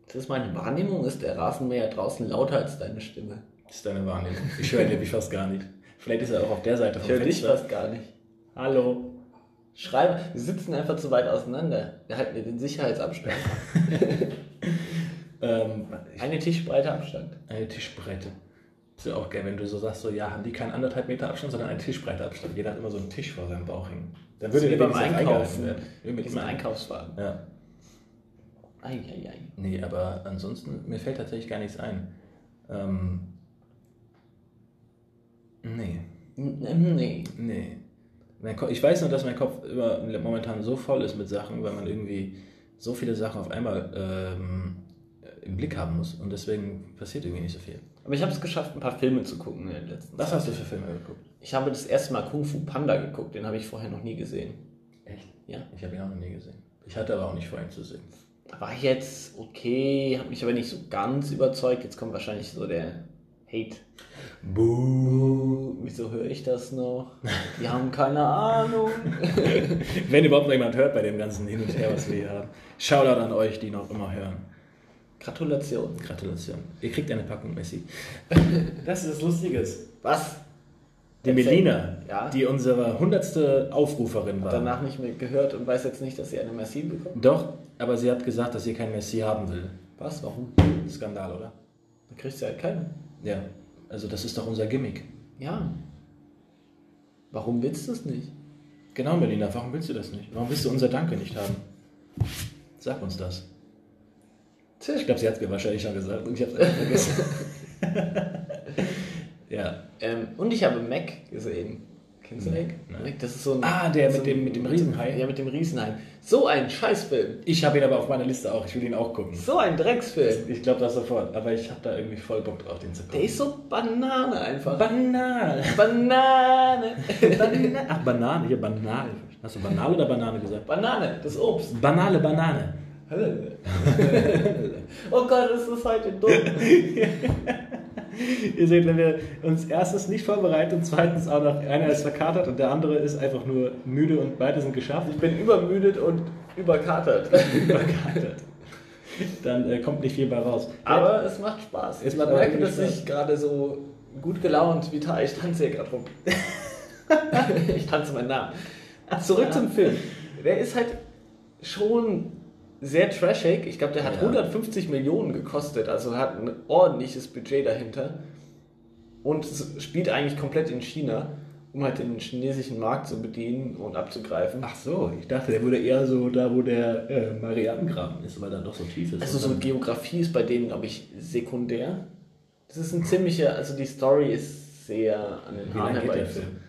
Speaker 1: Das ist meine Wahrnehmung, ist der Rasenmäher draußen lauter als deine Stimme.
Speaker 2: Das ist deine Wahrnehmung. Ich höre ihn nämlich fast gar nicht. Vielleicht ist er auch auf der Seite
Speaker 1: Ich
Speaker 2: vom
Speaker 1: höre dich
Speaker 2: Fenster.
Speaker 1: fast gar nicht.
Speaker 2: Hallo.
Speaker 1: Schreiben, wir sitzen einfach zu weit auseinander. Wir halten dir den *laughs* Sicherheitsabstand.
Speaker 2: Ähm,
Speaker 1: Eine Tischbreite Abstand.
Speaker 2: eine Tischbreite. Ist ja auch geil, wenn du so sagst, so ja, haben die keinen anderthalb Meter Abstand, sondern einen Tischbreite Abstand. Jeder hat immer so einen Tisch vor seinem Bauch hängen. Dann
Speaker 1: Das ist wie
Speaker 2: der
Speaker 1: beim
Speaker 2: wenigstens
Speaker 1: Einkaufen.
Speaker 2: eingehalten werden. Irgendwie
Speaker 1: Mit diesem
Speaker 2: Einkaufen.
Speaker 1: Einkaufswagen.
Speaker 2: Ja.
Speaker 1: Eieiei.
Speaker 2: Nee, aber ansonsten, mir fällt tatsächlich gar nichts ein. Ähm, nee,
Speaker 1: Nee.
Speaker 2: nee. Mein Ko- ich weiß nur, dass mein Kopf immer momentan so voll ist mit Sachen, weil man irgendwie so viele Sachen auf einmal ähm, im Blick haben muss und deswegen passiert irgendwie nicht so viel.
Speaker 1: Aber ich habe es geschafft, ein paar Filme zu gucken in den letzten
Speaker 2: Was hast du für Filme geguckt?
Speaker 1: Ich habe das erste Mal Kung Fu Panda geguckt, den habe ich vorher noch nie gesehen.
Speaker 2: Echt?
Speaker 1: Ja.
Speaker 2: Ich habe ihn auch noch nie gesehen. Ich hatte aber auch nicht vor, ihn zu sehen.
Speaker 1: War jetzt okay, hat mich aber nicht so ganz überzeugt. Jetzt kommt wahrscheinlich so der Hate.
Speaker 2: Buh.
Speaker 1: Wieso höre ich das noch? Die haben keine Ahnung.
Speaker 2: Wenn überhaupt noch jemand hört bei dem ganzen Hin und Her, was wir hier haben. Shoutout an euch, die noch immer hören.
Speaker 1: Gratulation.
Speaker 2: Gratulation. Ihr kriegt eine Packung Messi. Das ist das Lustiges.
Speaker 1: Was?
Speaker 2: Die
Speaker 1: Erzähl.
Speaker 2: Melina,
Speaker 1: Ja.
Speaker 2: die unsere hundertste Aufruferin war.
Speaker 1: Danach nicht mehr gehört und weiß jetzt nicht, dass sie eine Merci bekommt.
Speaker 2: Doch, aber sie hat gesagt, dass sie kein Messi haben will.
Speaker 1: Was? Warum?
Speaker 2: Skandal, oder?
Speaker 1: Da kriegst du halt keine.
Speaker 2: Ja. Also das ist doch unser Gimmick.
Speaker 1: Ja. Warum willst du es nicht?
Speaker 2: Genau, Melina, warum willst du das nicht? Warum willst du unser Danke nicht haben? Sag uns das. Ich glaube, sie hat es mir wahrscheinlich schon gesagt und ich habe es einfach vergessen. *laughs* ja.
Speaker 1: Ähm, und ich habe Mac gesehen. Kennst du Mac?
Speaker 2: Mac? Nein.
Speaker 1: Mac, das ist so ein.
Speaker 2: Ah, der
Speaker 1: so
Speaker 2: mit
Speaker 1: ein-
Speaker 2: dem- mit dem Riesenhai?
Speaker 1: Ja, mit dem Riesenhai. So ein Scheißfilm.
Speaker 2: Ich habe ihn aber auf meiner Liste auch. Ich will ihn auch gucken.
Speaker 1: So ein Drecksfilm.
Speaker 2: Ich glaube das sofort. Aber ich habe da irgendwie voll Bock drauf, den zu gucken.
Speaker 1: Der ist so Banane einfach.
Speaker 2: Banal. *laughs*
Speaker 1: Banane. *laughs*
Speaker 2: Ach, Banane, hier banal. Hast du banal oder Banane gesagt?
Speaker 1: Banane, das Obst.
Speaker 2: Banale Banane. *laughs*
Speaker 1: oh Gott, ist das heute dumm.
Speaker 2: Ihr seht, wenn wir uns erstens nicht vorbereiten und zweitens auch noch einer ist verkatert und der andere ist einfach nur müde und beide sind geschafft.
Speaker 1: Ich bin übermüdet und überkatert.
Speaker 2: *laughs*
Speaker 1: *laughs*
Speaker 2: Überkatert. Dann äh, kommt nicht viel bei raus.
Speaker 1: Aber es macht Spaß.
Speaker 2: Äh, Es
Speaker 1: ich
Speaker 2: macht
Speaker 1: merke,
Speaker 2: wirklich
Speaker 1: dass ich gerade so gut gelaunt, vital, ich tanze hier
Speaker 2: *laughs*
Speaker 1: gerade rum. ich tanze meinen Namen. Zurück zum Film. Der ist halt schon sehr trashig. Ich glaube, der hat
Speaker 2: Ja.
Speaker 1: 150 Millionen gekostet, also hat ein ordentliches Budget dahinter. Und es spielt eigentlich komplett in China, um halt den chinesischen Markt zu bedienen und abzugreifen.
Speaker 2: Ach so, ich dachte, der würde eher so da, wo der äh, Marianengraben ist, weil er doch so tief ist.
Speaker 1: Also
Speaker 2: Und
Speaker 1: so
Speaker 2: dann-
Speaker 1: Geografie ist bei denen, glaube ich, sekundär. Das ist ein ziemlicher, also die Story ist sehr an den
Speaker 2: Wie
Speaker 1: Haaren
Speaker 2: lange geht der
Speaker 1: herbeigezogen.
Speaker 2: Film?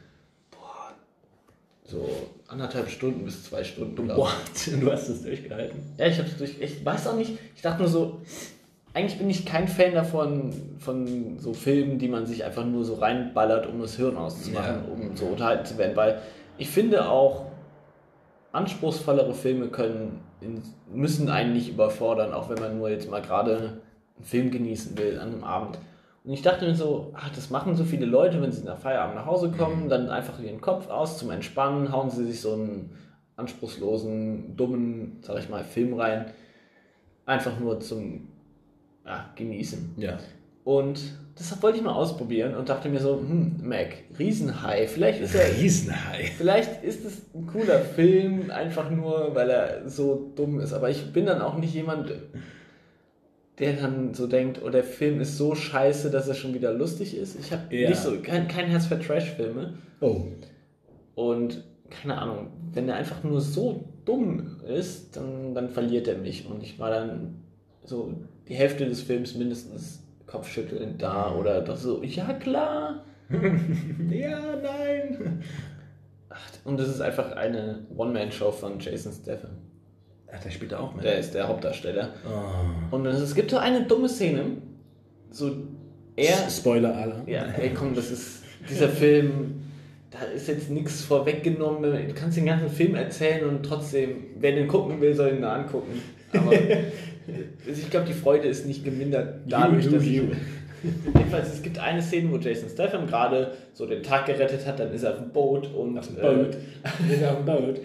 Speaker 1: So anderthalb Stunden bis zwei Stunden. glaub ich.
Speaker 2: What? *laughs* Du hast es durchgehalten.
Speaker 1: Ja, ich hab's durch. Ich weiß auch nicht, ich dachte nur so, eigentlich bin ich kein Fan davon, von so Filmen, die man sich einfach nur so reinballert, um das Hirn auszumachen,
Speaker 2: Ja.
Speaker 1: um so unterhalten zu werden. Weil ich finde auch, anspruchsvollere Filme können, in- müssen einen nicht überfordern, auch wenn man nur jetzt mal gerade einen Film genießen will an einem Abend. Und ich dachte mir so, ach, das machen so viele Leute, wenn sie nach Feierabend nach Hause kommen, dann einfach ihren Kopf aus zum Entspannen, hauen sie sich so einen anspruchslosen, dummen, sag ich mal, Film rein. Einfach nur zum ja, Genießen.
Speaker 2: Ja.
Speaker 1: Und das wollte ich mal ausprobieren und dachte mir so, hm, Mac, Riesenhai, vielleicht ist
Speaker 2: *laughs*
Speaker 1: er
Speaker 2: Riesenhai.
Speaker 1: Vielleicht ist es ein cooler Film, einfach nur, weil er so dumm ist. Aber ich bin dann auch nicht jemand, der dann so denkt, oh, der Film ist so scheiße, dass er schon wieder lustig ist. Ich habe
Speaker 2: Ja.
Speaker 1: nicht so, kein, kein Herz für Trash-Filme.
Speaker 2: Oh.
Speaker 1: Und keine Ahnung, wenn er einfach nur so dumm ist, dann, dann verliert er mich. Und ich war dann so die Hälfte des Films mindestens kopfschüttelnd da oder doch so, ja klar.
Speaker 2: Ja, nein.
Speaker 1: Ach, Und es ist einfach eine One-Man-Show von Jason Statham.
Speaker 2: Ach, der spielt da auch mit.
Speaker 1: Der ist der Hauptdarsteller.
Speaker 2: Oh.
Speaker 1: Und es gibt so eine dumme Szene. So, er.
Speaker 2: Spoiler Alarm.
Speaker 1: Ja, ey, komm, das ist. Dieser Film. Da ist jetzt nichts vorweggenommen. Du kannst den ganzen Film erzählen und trotzdem, wer den gucken will, soll ihn da angucken. Aber also ich glaube, die Freude ist nicht gemindert dadurch,
Speaker 2: do
Speaker 1: dass ich.
Speaker 2: you.
Speaker 1: *laughs* Jedenfalls, es gibt eine Szene, wo Jason Statham gerade so den Tag gerettet hat, dann ist er auf dem Boot und äh,
Speaker 2: Boat. Wir haben Boat.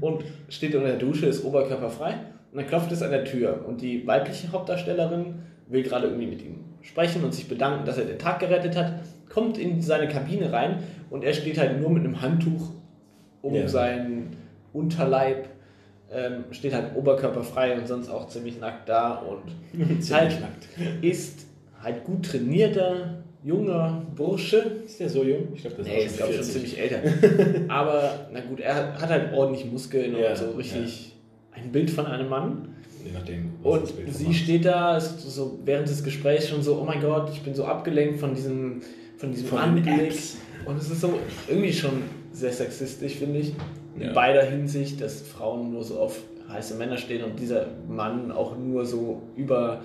Speaker 1: und steht unter der Dusche, ist oberkörperfrei. Und dann klopft es an der Tür und die weibliche Hauptdarstellerin will gerade irgendwie mit ihm sprechen und sich bedanken, dass er den Tag gerettet hat, kommt in seine Kabine rein und er steht halt nur mit einem Handtuch um
Speaker 2: Ja.
Speaker 1: seinen Unterleib, ähm, steht halt oberkörperfrei und sonst auch ziemlich nackt da und
Speaker 2: *laughs* Ziemlich
Speaker 1: halt
Speaker 2: nackt.
Speaker 1: ist halt gut trainierter, junger Bursche,
Speaker 2: Ist der so jung? Ich glaube, der
Speaker 1: Nee, ich
Speaker 2: ist auch
Speaker 1: glaube schon
Speaker 2: schon 40.
Speaker 1: ziemlich
Speaker 2: *laughs*
Speaker 1: älter. Aber na gut, er hat, hat halt ordentlich Muskeln
Speaker 2: Ja,
Speaker 1: und so richtig ein Bild von einem Mann.
Speaker 2: Je nachdem. was
Speaker 1: Und
Speaker 2: das Bild
Speaker 1: sie
Speaker 2: vom Mann-
Speaker 1: steht da, ist so während des Gesprächs schon so, oh mein Gott, ich bin so abgelenkt von diesem, von diesem
Speaker 2: Von den
Speaker 1: Anblick.
Speaker 2: Apps.
Speaker 1: Und es ist so irgendwie schon sehr sexistisch, finde ich.
Speaker 2: Ja.
Speaker 1: In beider Hinsicht, dass Frauen nur so auf heiße Männer stehen und dieser Mann auch nur so über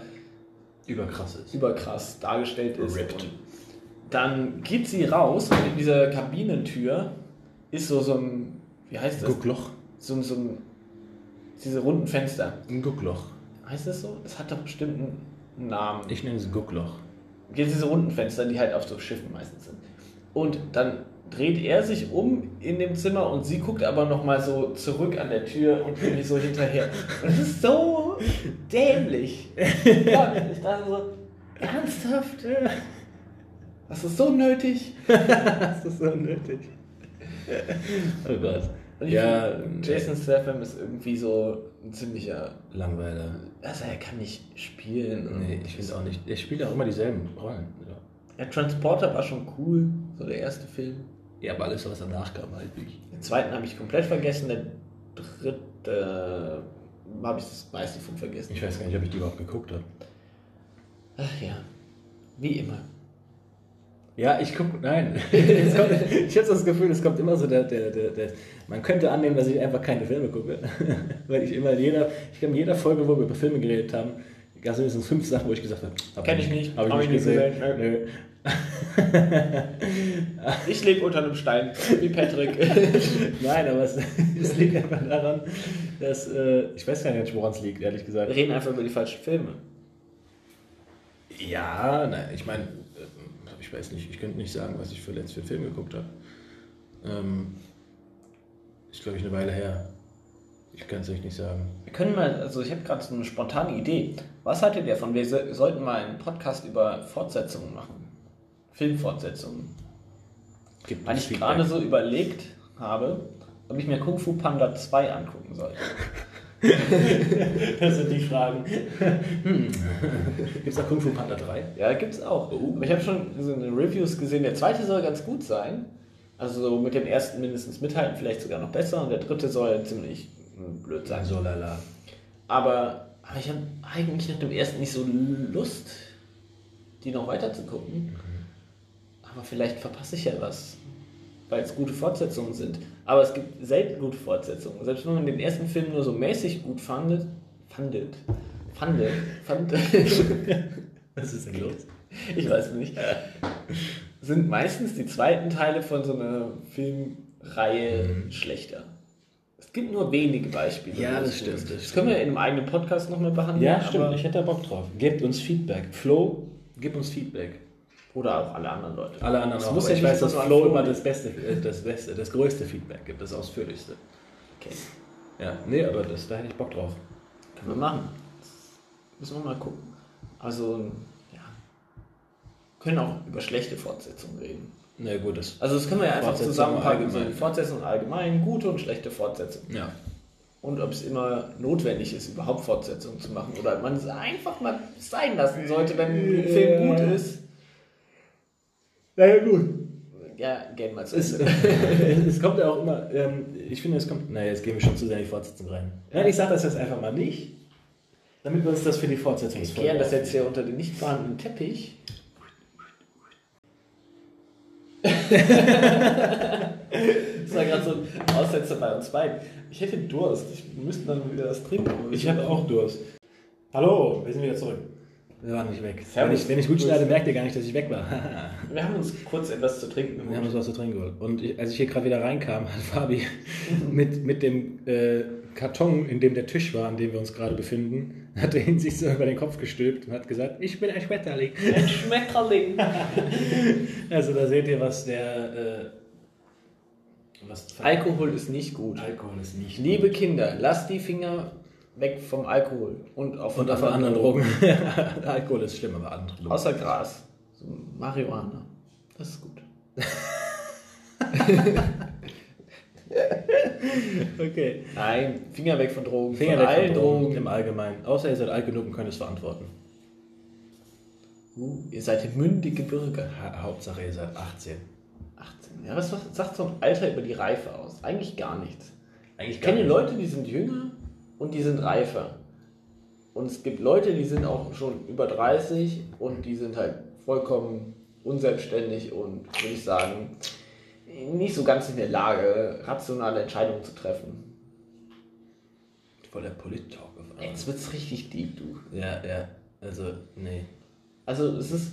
Speaker 2: überkrass ist.
Speaker 1: überkrass dargestellt ist.
Speaker 2: Ripped.
Speaker 1: Und dann geht sie raus und in dieser Kabinentür ist so, so ein, wie heißt das?
Speaker 2: Guckloch.
Speaker 1: So, ein- so ein, diese runden Fenster.
Speaker 2: Ein Guckloch.
Speaker 1: Heißt das so? Es hat doch bestimmt einen Namen.
Speaker 2: Ich nenne es Guckloch.
Speaker 1: Gibt diese runden Fenster, die halt auf so Schiffen meistens sind. Und dann dreht er sich um in dem Zimmer und sie guckt aber nochmal so zurück an der Tür und irgendwie so hinterher. Und es ist so dämlich. Ja, ich dachte so, ernsthaft? Das ist so nötig.
Speaker 2: *laughs* Das ist so nötig. *laughs* oh Gott.
Speaker 1: Und ich
Speaker 2: Ja, äh,
Speaker 1: finde, Jason Statham ist irgendwie so ein ziemlicher.
Speaker 2: Langweiler.
Speaker 1: Also, er kann nicht spielen. und-
Speaker 2: Nee, ich finde auch nicht. Er spielt ja auch immer dieselben Rollen. Ja.
Speaker 1: Ja, Transporter war schon cool, so der erste Film.
Speaker 2: Ja, aber alles, was danach kam, halt wirklich.
Speaker 1: Den zweiten habe ich komplett vergessen, der dritte äh, habe ich das meiste von vergessen.
Speaker 2: Ich weiß gar nicht, ob ich die überhaupt geguckt habe.
Speaker 1: Ach ja, wie immer.
Speaker 2: Ja, ich gucke,
Speaker 1: *laughs*
Speaker 2: nein. Jetzt kommt, ich habe das Gefühl, es kommt immer so der, der, der, der. Man könnte annehmen, dass ich einfach keine Filme gucke. *laughs* Weil ich immer in jeder, ich glaube, in jeder Folge, wo wir über Filme geredet haben, gab es mindestens fünf Sachen, wo ich gesagt habe, hab
Speaker 1: Kenn ich nicht,
Speaker 2: habe ich,
Speaker 1: hab
Speaker 2: nicht gesehen. Nö.
Speaker 1: Ich lebe unter einem Stein, wie Patrick.
Speaker 2: Nein, aber es, *laughs* es liegt einfach daran, dass, äh, ich weiß gar nicht, woran es liegt, ehrlich gesagt.
Speaker 1: Wir reden einfach über die falschen Filme.
Speaker 2: Ja, nein, ich meine, äh, ich weiß nicht, ich könnte nicht sagen, was ich für letztes für einen Film geguckt habe. Ähm, ist, glaube ich, eine Weile her. Ich kann es euch nicht sagen.
Speaker 1: Wir können mal, also ich habe gerade so eine spontane Idee. Was haltet ihr davon? Wir so- sollten mal einen Podcast über Fortsetzungen machen. Filmfortsetzungen.
Speaker 2: Gibt
Speaker 1: Weil
Speaker 2: uns
Speaker 1: ich
Speaker 2: Feedback.
Speaker 1: gerade so überlegt habe, ob ich mir Kung Fu Panda 2 angucken soll.
Speaker 2: Das sind die Fragen. Hm. Gibt es da Kung Fu Panda 3?
Speaker 1: Ja, gibt's auch. Aber ich habe schon so eine Reviews gesehen, der zweite soll ganz gut sein. Also so mit dem ersten mindestens mithalten, vielleicht sogar noch besser. Und der dritte soll ziemlich hm, blöd sein.
Speaker 2: So lala.
Speaker 1: Aber, aber ich habe eigentlich nach dem ersten nicht so Lust, die noch weiter zu gucken. Aber vielleicht verpasse ich ja was, weil es gute Fortsetzungen sind. Aber es gibt selten gute Fortsetzungen. Selbst wenn man den ersten Film nur so mäßig gut fandet, fandet, fandet, fandet, *laughs*
Speaker 2: Was ist denn los?
Speaker 1: ich weiß nicht, sind meistens die zweiten Teile von so einer Filmreihe schlechter. Es gibt nur wenige Beispiele.
Speaker 2: Mhm. Ja,
Speaker 1: wo es gut
Speaker 2: das stimmt,
Speaker 1: ist.
Speaker 2: das
Speaker 1: Das können wir in einem eigenen Podcast nochmal behandeln.
Speaker 2: Ja, stimmt.
Speaker 1: aber-
Speaker 2: Ich hätte da Bock drauf. Gebt uns Feedback. Flo, gib uns Feedback.
Speaker 1: Oder auch alle anderen Leute.
Speaker 2: Alle anderen
Speaker 1: Es
Speaker 2: auch.
Speaker 1: muss
Speaker 2: aber
Speaker 1: ja
Speaker 2: ich
Speaker 1: nicht
Speaker 2: weiß, dass
Speaker 1: nur an
Speaker 2: Flo
Speaker 1: Flo
Speaker 2: immer
Speaker 1: liegen.
Speaker 2: das beste, äh, das beste, das größte Feedback gibt, das ausführlichste.
Speaker 1: Okay.
Speaker 2: Ja, nee, aber das, da hätte ich Bock drauf.
Speaker 1: Können wir machen. Das müssen wir mal gucken. Also, ja. Können auch über schlechte Fortsetzungen reden.
Speaker 2: Na gut, das.
Speaker 1: Also, das können wir ja einfach
Speaker 2: Fortsetzungen
Speaker 1: zusammenpacken. So,
Speaker 2: allgemein.
Speaker 1: Fortsetzungen allgemein, gute und schlechte Fortsetzungen.
Speaker 2: Ja.
Speaker 1: Und ob es immer notwendig ist, überhaupt Fortsetzungen zu machen. Oder man es einfach mal sein lassen sollte, wenn ein Film gut ist.
Speaker 2: Na ja, gut.
Speaker 1: Ja, gehen mal zu.
Speaker 2: Es, *laughs* es kommt ja auch immer, ähm, ich finde, es kommt. Naja, jetzt gehen wir schon zu sehr in die Fortsetzung rein. Nein, ich sage das jetzt einfach mal nicht, damit wir uns das für die
Speaker 1: Wir
Speaker 2: Fortsetzungsfolge.
Speaker 1: kehren das jetzt
Speaker 2: aufnehmen.
Speaker 1: hier unter den nicht vorhandenen Teppich. das war gerade so ein Aussetzer bei uns beiden. Ich hätte Durst. Ich müsste dann wieder was trinken.
Speaker 2: Ich habe auch Durst. Hallo, wir sind wieder zurück. Wir waren nicht weg. Wenn
Speaker 1: Servus.
Speaker 2: ich, wenn ich gut
Speaker 1: Grüß.
Speaker 2: schneide, merkt ihr gar nicht, dass ich weg war. *laughs*
Speaker 1: Wir haben uns kurz etwas zu trinken
Speaker 2: Wir haben uns
Speaker 1: geholt.
Speaker 2: was zu trinken geholt. Und ich, als ich hier gerade wieder reinkam, hat Fabi *laughs* mit, mit dem äh, Karton, in dem der Tisch war, an dem wir uns gerade befinden, hat er ihn sich so über den Kopf gestülpt und hat gesagt, ich bin ein Schmetterling.
Speaker 1: Ein Schmetterling.
Speaker 2: Also da seht ihr, was der... Äh, was
Speaker 1: Alkohol ist nicht gut.
Speaker 2: Alkohol ist nicht.
Speaker 1: Liebe Kinder, lasst die Finger weg vom Alkohol und auf
Speaker 2: Und auf anderen Drogen. *laughs* Alkohol ist schlimm, aber andere Drogen.
Speaker 1: Außer Gras. So Marihuana. Das ist gut.
Speaker 2: Okay.
Speaker 1: Nein, Finger weg von Drogen.
Speaker 2: Finger
Speaker 1: von
Speaker 2: weg
Speaker 1: allen
Speaker 2: von
Speaker 1: Drogen.
Speaker 2: Drogen im Allgemeinen. Außer ihr seid alt genug und könnt es verantworten.
Speaker 1: Uh, ihr seid mündige Bürger.
Speaker 2: Ha Hauptsache ihr seid 18.
Speaker 1: 18. Ja, was was sagt so ein Alter über die Reife aus? Eigentlich gar nichts.
Speaker 2: Eigentlich
Speaker 1: Ich kenne Leute, die sind jünger und die sind reifer. Und es gibt Leute, die sind auch schon über 30 und die sind halt vollkommen unselbstständig und würde ich sagen, nicht so ganz in der Lage, rationale Entscheidungen zu treffen.
Speaker 2: Voll der Polit-Talk auf einmal.
Speaker 1: Jetzt wird's richtig deep, du.
Speaker 2: Ja, ja. Also, nee.
Speaker 1: Also es ist,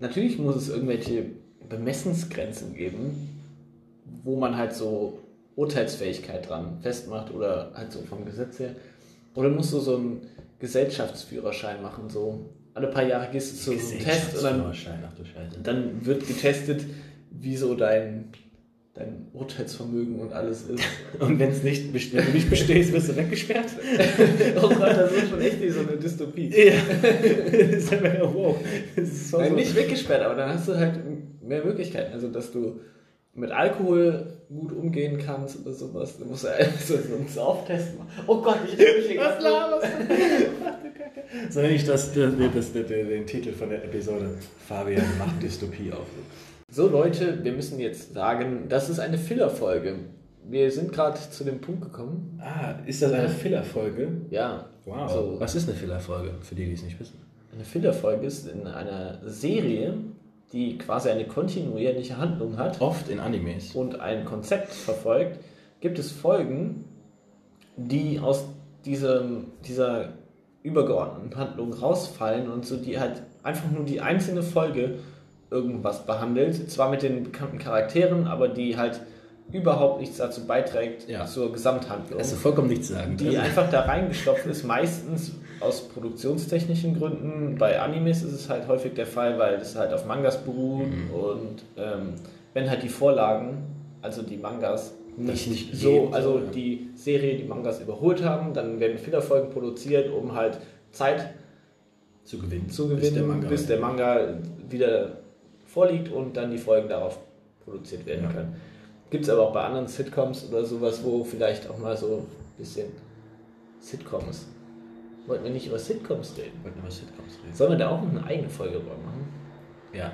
Speaker 1: natürlich muss es irgendwelche Bemessensgrenzen geben, wo man halt so Urteilsfähigkeit dran festmacht oder halt so vom Gesetz her. Oder musst du so einen Gesellschaftsführerschein machen, so alle paar Jahre gehst du zu so einem Test und dann,
Speaker 2: Ach du Scheiße.
Speaker 1: dann wird getestet, wie so dein, dein Urteilsvermögen und alles ist.
Speaker 2: Und wenn's nicht, best- wenn du nicht bestehst, wirst du *laughs* weggesperrt?
Speaker 1: *laughs* oh Gott, das ist *laughs* schon echt wie so eine Dystopie.
Speaker 2: *laughs* ja. das ist einfach, wow. Das ist so,
Speaker 1: Nein,
Speaker 2: so.
Speaker 1: nicht weggesperrt, aber dann hast du halt mehr Möglichkeiten. Also, dass du mit Alkohol gut umgehen kannst oder sowas. Du musst ja *laughs* so, so einen Sauftesten machen. Oh Gott, ich hab mich hier
Speaker 2: Was
Speaker 1: gerade-
Speaker 2: laberst du? So nenne ich das, das, das, das, den Titel von der Episode. Fabian macht Dystopie auf.
Speaker 1: So, Leute, wir müssen jetzt sagen, das ist eine Filler-Folge. Wir sind gerade zu dem Punkt gekommen.
Speaker 2: Ah, ist das eine Filler-Folge?
Speaker 1: Ja.
Speaker 2: Wow.
Speaker 1: So,
Speaker 2: Was ist eine Filler-Folge, für die, die es nicht wissen?
Speaker 1: eine Filler-Folge ist in einer Serie, die quasi eine kontinuierliche Handlung hat.
Speaker 2: Oft in Animes.
Speaker 1: und ein Konzept verfolgt, gibt es Folgen, die aus diesem, dieser übergeordneten Handlung rausfallen und so die halt einfach nur die einzelne Folge irgendwas behandelt, zwar mit den bekannten Charakteren, aber die halt überhaupt nichts dazu beiträgt
Speaker 2: Ja.
Speaker 1: zur Gesamthandlung.
Speaker 2: Also vollkommen nichts sagen.
Speaker 1: die einfach da reingestopft ist, meistens aus produktionstechnischen Gründen. Bei Animes ist es halt häufig der Fall, weil es halt auf Mangas beruht
Speaker 2: Mhm.
Speaker 1: und ähm, wenn halt die Vorlagen, also die Mangas, nicht,
Speaker 2: nicht
Speaker 1: so,
Speaker 2: lebt,
Speaker 1: also
Speaker 2: ja.
Speaker 1: die Serie, die Mangas überholt haben, dann werden Fillerfolgen produziert, um halt Zeit
Speaker 2: Zu gewinnen.
Speaker 1: zu
Speaker 2: bis der
Speaker 1: gewinnen,
Speaker 2: Manga- halt.
Speaker 1: bis der Manga, wieder vorliegt und dann die Folgen darauf produziert werden
Speaker 2: Ja.
Speaker 1: können. Gibt es aber auch bei anderen Sitcoms oder sowas, wo vielleicht auch mal so ein bisschen Sitcoms. Wollten wir nicht über Sitcoms reden?
Speaker 2: Wollten über Sitcoms reden.
Speaker 1: Sollen wir da auch noch eine eigene Folge drüber
Speaker 2: *laughs*
Speaker 1: machen?
Speaker 2: Ja.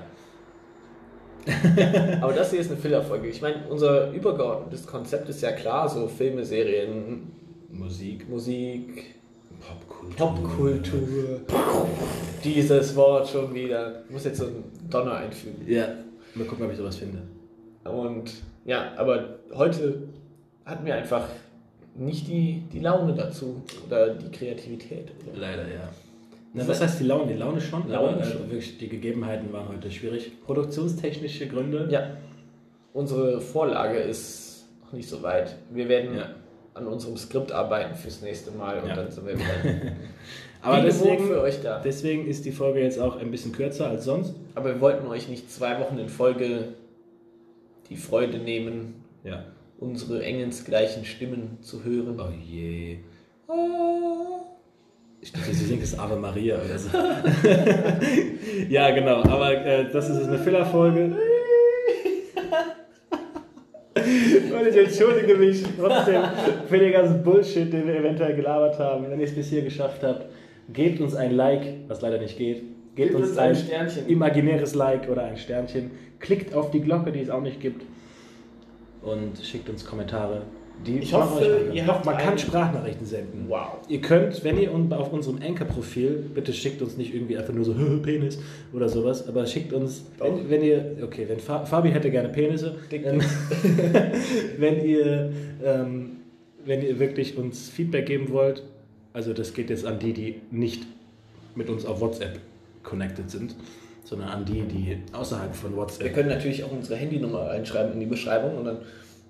Speaker 1: Aber das hier ist eine Fillerfolge. Ich meine, unser übergeordnetes Konzept ist ja klar, so Filme, Serien,
Speaker 2: Musik,
Speaker 1: Musik,
Speaker 2: Popkultur. *laughs*
Speaker 1: Popkultur. Dieses Wort schon wieder. Ich muss jetzt so einen Donner einfügen.
Speaker 2: Ja. Mal gucken, ob ich sowas finde.
Speaker 1: Und ja, aber heute hatten wir einfach nicht die, die Laune dazu oder die Kreativität. Oder?
Speaker 2: Leider, ja. Na, was heißt die Laune? Die Laune schon,
Speaker 1: Laune
Speaker 2: aber äh,
Speaker 1: schon.
Speaker 2: wirklich die Gegebenheiten waren heute schwierig. Produktionstechnische Gründe.
Speaker 1: Ja, unsere Vorlage ist noch nicht so weit. Wir werden
Speaker 2: Ja.
Speaker 1: an unserem Skript arbeiten fürs nächste Mal und
Speaker 2: Ja.
Speaker 1: dann sind wir
Speaker 2: *laughs*
Speaker 1: wieder
Speaker 2: Aber
Speaker 1: wie
Speaker 2: deswegen,
Speaker 1: gewohnt für euch da.
Speaker 2: deswegen ist die Folge jetzt auch ein bisschen kürzer als sonst.
Speaker 1: Aber wir wollten euch nicht zwei Wochen in Folge die Freude nehmen,
Speaker 2: Ja.
Speaker 1: unsere engelsgleichen Stimmen zu hören.
Speaker 2: Oh je.
Speaker 1: Ah.
Speaker 2: Ich dachte, sie singt das Ave Maria oder so. *laughs* ja, genau. Aber äh, das ist jetzt eine Filler-Folge. *laughs* Und ich entschuldige mich trotzdem für den ganzen Bullshit, den wir eventuell gelabert haben. Wenn ihr es bis hier geschafft habt, gebt uns ein Like, was leider nicht geht. Gebt, uns ein,
Speaker 1: Sternchen.
Speaker 2: imaginäres Like oder ein Sternchen. Klickt auf die Glocke, die es auch nicht gibt. Und schickt uns Kommentare. Die
Speaker 1: Ich
Speaker 2: machen
Speaker 1: hoffe,
Speaker 2: euch Spaß.
Speaker 1: ihr habt
Speaker 2: Man
Speaker 1: einen-
Speaker 2: kann Sprachnachrichten senden.
Speaker 1: Wow.
Speaker 2: Ihr könnt, wenn ihr un- auf unserem Anchor-Profil, bitte schickt uns nicht irgendwie einfach nur so *laughs* Penis oder sowas, aber schickt uns,
Speaker 1: Doch.
Speaker 2: wenn, wenn ihr, okay, wenn Fa Fabi hätte gerne Penisse, ähm,
Speaker 1: Dickpics.
Speaker 2: *laughs* wenn ihr, ähm, wenn ihr wirklich uns Feedback geben wollt, also das geht jetzt an die, die nicht mit uns auf WhatsApp connected sind, sondern an die, die außerhalb von
Speaker 1: Wir
Speaker 2: WhatsApp.
Speaker 1: können natürlich auch unsere Handynummer reinschreiben in die Beschreibung und dann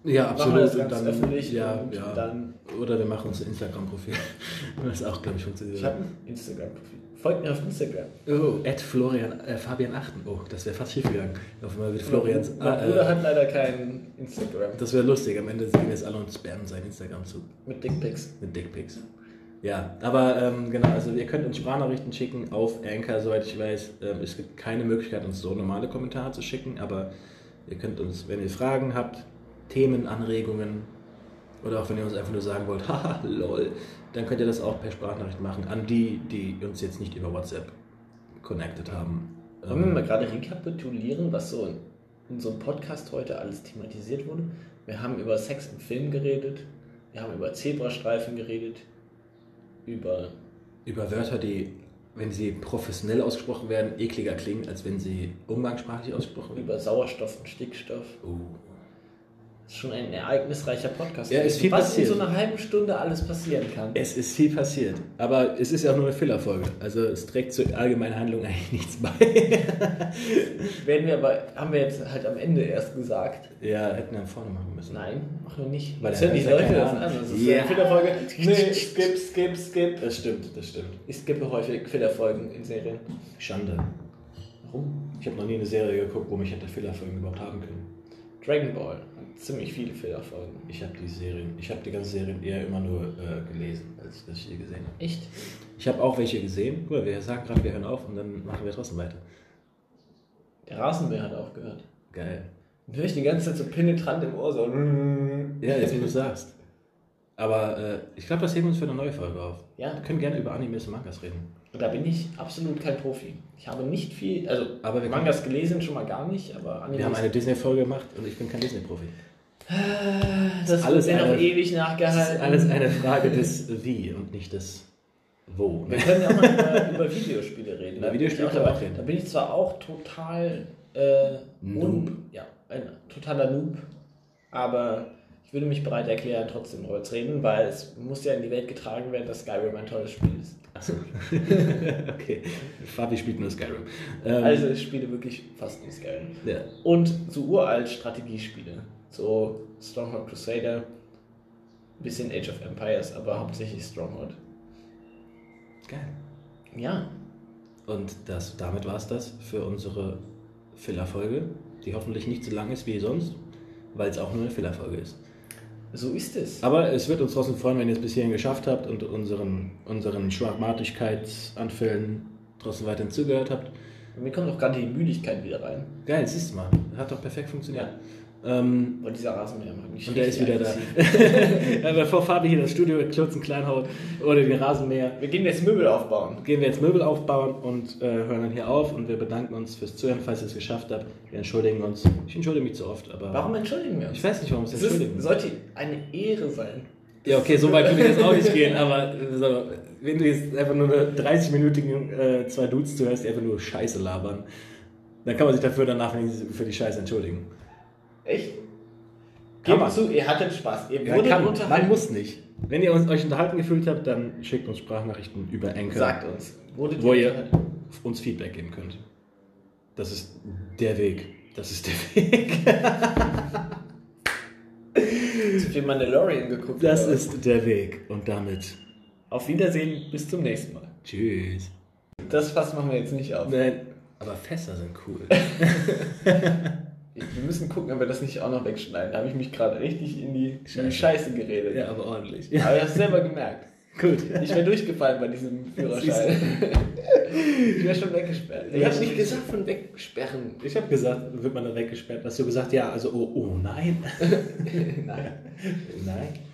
Speaker 2: Ja,
Speaker 1: machen wir das ganz
Speaker 2: und dann,
Speaker 1: öffentlich
Speaker 2: ja,
Speaker 1: und
Speaker 2: ja.
Speaker 1: dann.
Speaker 2: Oder wir machen uns ein Instagram-Profil. *laughs* Das auch, glaube ich, funktioniert.
Speaker 1: Ich habe ein Instagram-Profil. Folgt mir auf Instagram.
Speaker 2: Oh, at Florian, äh, Fabian Achten. Oh, das wäre fast schief gegangen. Auf einmal wird Florians.
Speaker 1: Mein
Speaker 2: Ah,
Speaker 1: Bruder
Speaker 2: äh,
Speaker 1: hat leider kein Instagram
Speaker 2: das wäre lustig. Am Ende sehen wir es alle und spammen sein Instagram zu
Speaker 1: mit Dickpics.
Speaker 2: mit Dickpics. Ja, aber ähm, genau, also ihr könnt uns Sprachnachrichten schicken auf Anchor, soweit ich weiß. Ähm, es gibt keine Möglichkeit, uns so normale Kommentare zu schicken, aber ihr könnt uns, wenn ihr Fragen habt, Themen, Anregungen oder auch wenn ihr uns einfach nur sagen wollt, *laughs* haha, lol, dann könnt ihr das auch per Sprachnachricht machen an die, die uns jetzt nicht über WhatsApp connected haben. Ähm,
Speaker 1: Wollen wir mal gerade rekapitulieren, was so in unserem Podcast heute alles thematisiert wurde? Wir haben über Sex im Film geredet, wir haben über Zebrastreifen geredet, über
Speaker 2: über Wörter, die, wenn sie professionell ausgesprochen werden, ekliger klingen, als wenn sie umgangssprachlich ausgesprochen werden.
Speaker 1: über Sauerstoff und Stickstoff.
Speaker 2: Oh.
Speaker 1: Das ist schon ein ereignisreicher Podcast.
Speaker 2: Ja, ist viel
Speaker 1: was
Speaker 2: passiert.
Speaker 1: in so einer halben Stunde alles passieren kann.
Speaker 2: Es ist viel passiert, aber es ist ja auch nur eine Fillerfolge. Also es trägt zur allgemeinen Handlung eigentlich nichts bei.
Speaker 1: Werden wir aber, haben wir jetzt halt am Ende erst gesagt.
Speaker 2: ja, hätten wir vorne machen müssen.
Speaker 1: Nein, machen wir nicht.
Speaker 2: Weil
Speaker 1: Weil das
Speaker 2: er
Speaker 1: hören
Speaker 2: hat
Speaker 1: die
Speaker 2: ja
Speaker 1: Leute
Speaker 2: keine
Speaker 1: das an.
Speaker 2: Ahnung.
Speaker 1: Das ist
Speaker 2: Ja.
Speaker 1: eine Filterfolge.
Speaker 2: *laughs*
Speaker 1: Nee, skip, skip, skip.
Speaker 2: Das stimmt, das stimmt.
Speaker 1: Ich skippe häufig Filterfolgen in Serien.
Speaker 2: Schande.
Speaker 1: Warum?
Speaker 2: Ich habe noch nie eine Serie geguckt, wo mich hätte Fillerfolgen überhaupt haben können.
Speaker 1: Dragon Ball hat ziemlich viele Filterfolgen.
Speaker 2: Ich habe die Serien, ich habe die ganzen Serien eher immer nur äh, gelesen, als dass ich die gesehen habe.
Speaker 1: Echt?
Speaker 2: Ich habe auch welche gesehen. Cool, wir sagen gerade, wir hören auf und dann machen wir trotzdem weiter.
Speaker 1: Der Rasenmäher hat aufgehört.
Speaker 2: Geil.
Speaker 1: Dann höre ich die ganze Zeit so penetrant im Ohr so.
Speaker 2: Ja, jetzt wie du sagst. Aber äh, ich glaube, das heben wir uns für eine neue Folge auf.
Speaker 1: Ja,
Speaker 2: Wir können gerne über Animes und Mangas reden.
Speaker 1: und da bin ich absolut kein Profi. Ich habe nicht viel, also
Speaker 2: Aber wir können-
Speaker 1: Mangas gelesen schon mal gar nicht, aber
Speaker 2: Wir haben
Speaker 1: Animes.
Speaker 2: eine Disney-Folge gemacht und ich bin kein Disney-Profi.
Speaker 1: Äh, das
Speaker 2: alles
Speaker 1: alles wird mir noch
Speaker 2: eine-
Speaker 1: ewig
Speaker 2: Das
Speaker 1: nachgehalten.
Speaker 2: ist
Speaker 1: *laughs*
Speaker 2: alles eine Frage des Wie und nicht des Wo.
Speaker 1: Wir
Speaker 2: Ne?
Speaker 1: können ja auch mal über, über Videospiele reden.
Speaker 2: Über
Speaker 1: Da bin
Speaker 2: Videospiele
Speaker 1: ich
Speaker 2: können wir
Speaker 1: dabei.
Speaker 2: auch reden.
Speaker 1: Da bin ich zwar auch total äh, un-
Speaker 2: Noob.
Speaker 1: ja, ein totaler Noob, aber ich würde mich bereit erklären, trotzdem darüber zu reden, weil es muss ja in die Welt getragen werden, dass Skyrim ein tolles Spiel ist. *laughs*
Speaker 2: Achso. okay. Fabi spielt nur Skyrim. Ähm,
Speaker 1: Also ich spiele wirklich fast nur Skyrim.
Speaker 2: ja.
Speaker 1: Und so uralt Strategiespiele. So Stronghold Crusader, bisschen Age of Empires, aber hauptsächlich Stronghold.
Speaker 2: Geil.
Speaker 1: Ja.
Speaker 2: Und das, damit war es das für unsere Filler-Folge, die hoffentlich nicht so lang ist wie sonst, weil es auch nur eine Filler-Folge ist.
Speaker 1: So ist es.
Speaker 2: Aber es wird uns trotzdem freuen, wenn ihr es bis hierhin geschafft habt und unseren, unseren Schwachmatigkeitsanfällen trotzdem weiterhin zugehört habt.
Speaker 1: Mir kommt auch gerade die Müdigkeit wieder rein.
Speaker 2: Geil, siehst du mal, hat doch perfekt funktioniert.
Speaker 1: Ja.
Speaker 2: Ähm,
Speaker 1: Und dieser Rasenmäher mag mich
Speaker 2: Und der ist
Speaker 1: richtig
Speaker 2: wieder da.
Speaker 1: aggressiv.
Speaker 2: *laughs* ja, bevor Fabi hier das Studio kurz und klein haut oder den Rasenmäher,
Speaker 1: Wir gehen jetzt Möbel aufbauen.
Speaker 2: gehen wir jetzt Möbel aufbauen und äh, hören dann hier auf. Und wir bedanken uns fürs Zuhören, falls ihr es geschafft habt. Wir entschuldigen uns. Ich entschuldige mich zu oft, aber.
Speaker 1: Warum entschuldigen wir uns?
Speaker 2: Ich weiß nicht, warum es
Speaker 1: Es ist,
Speaker 2: entschuldigen.
Speaker 1: sollte eine Ehre sein.
Speaker 2: ja, okay, so weit würde ich jetzt auch nicht gehen, aber äh, so, wenn du jetzt einfach nur eine 30-minütigen äh, zwei Dudes zuhörst, die einfach nur Scheiße labern, dann kann man sich dafür danach wenigstens für die Scheiße entschuldigen.
Speaker 1: *laughs* Echt?
Speaker 2: Kann
Speaker 1: Gebt
Speaker 2: man.
Speaker 1: zu, ihr hattet Spaß. Ihr
Speaker 2: Ja,
Speaker 1: wurdet
Speaker 2: kann. Man
Speaker 1: unterhalten.
Speaker 2: muss nicht. Wenn ihr uns, euch unterhalten gefühlt habt, dann schickt uns Sprachnachrichten über Anchor,
Speaker 1: Sagt uns. Wurdet
Speaker 2: wo ihr
Speaker 1: unterhalten?
Speaker 2: uns Feedback geben könnt. Das ist der Weg. Das ist der Weg.
Speaker 1: *laughs* zu viel Mandalorian geguckt
Speaker 2: Das
Speaker 1: oder was?
Speaker 2: ist der Weg. Und damit
Speaker 1: Auf Wiedersehen, bis zum nächsten Mal.
Speaker 2: tschüss.
Speaker 1: Das Fass machen wir jetzt nicht auf.
Speaker 2: Nein, aber Fässer sind cool.
Speaker 1: Wir müssen gucken, ob wir das nicht auch noch wegschneiden. Da habe ich mich gerade richtig in die in die
Speaker 2: Scheiße.
Speaker 1: Scheiße, geredet.
Speaker 2: ja, aber ordentlich.
Speaker 1: Aber ich habe selber gemerkt.
Speaker 2: Gut.
Speaker 1: Ich wäre durchgefallen bei
Speaker 2: *laughs*
Speaker 1: diesem Führerschein. ich wäre schon weggesperrt. Ich habe nicht gesagt von wegsperren.
Speaker 2: Ich habe gesagt, wird man dann weggesperrt. Hast du gesagt, ja, also oh, oh *laughs* nein.
Speaker 1: Nein.
Speaker 2: Nein.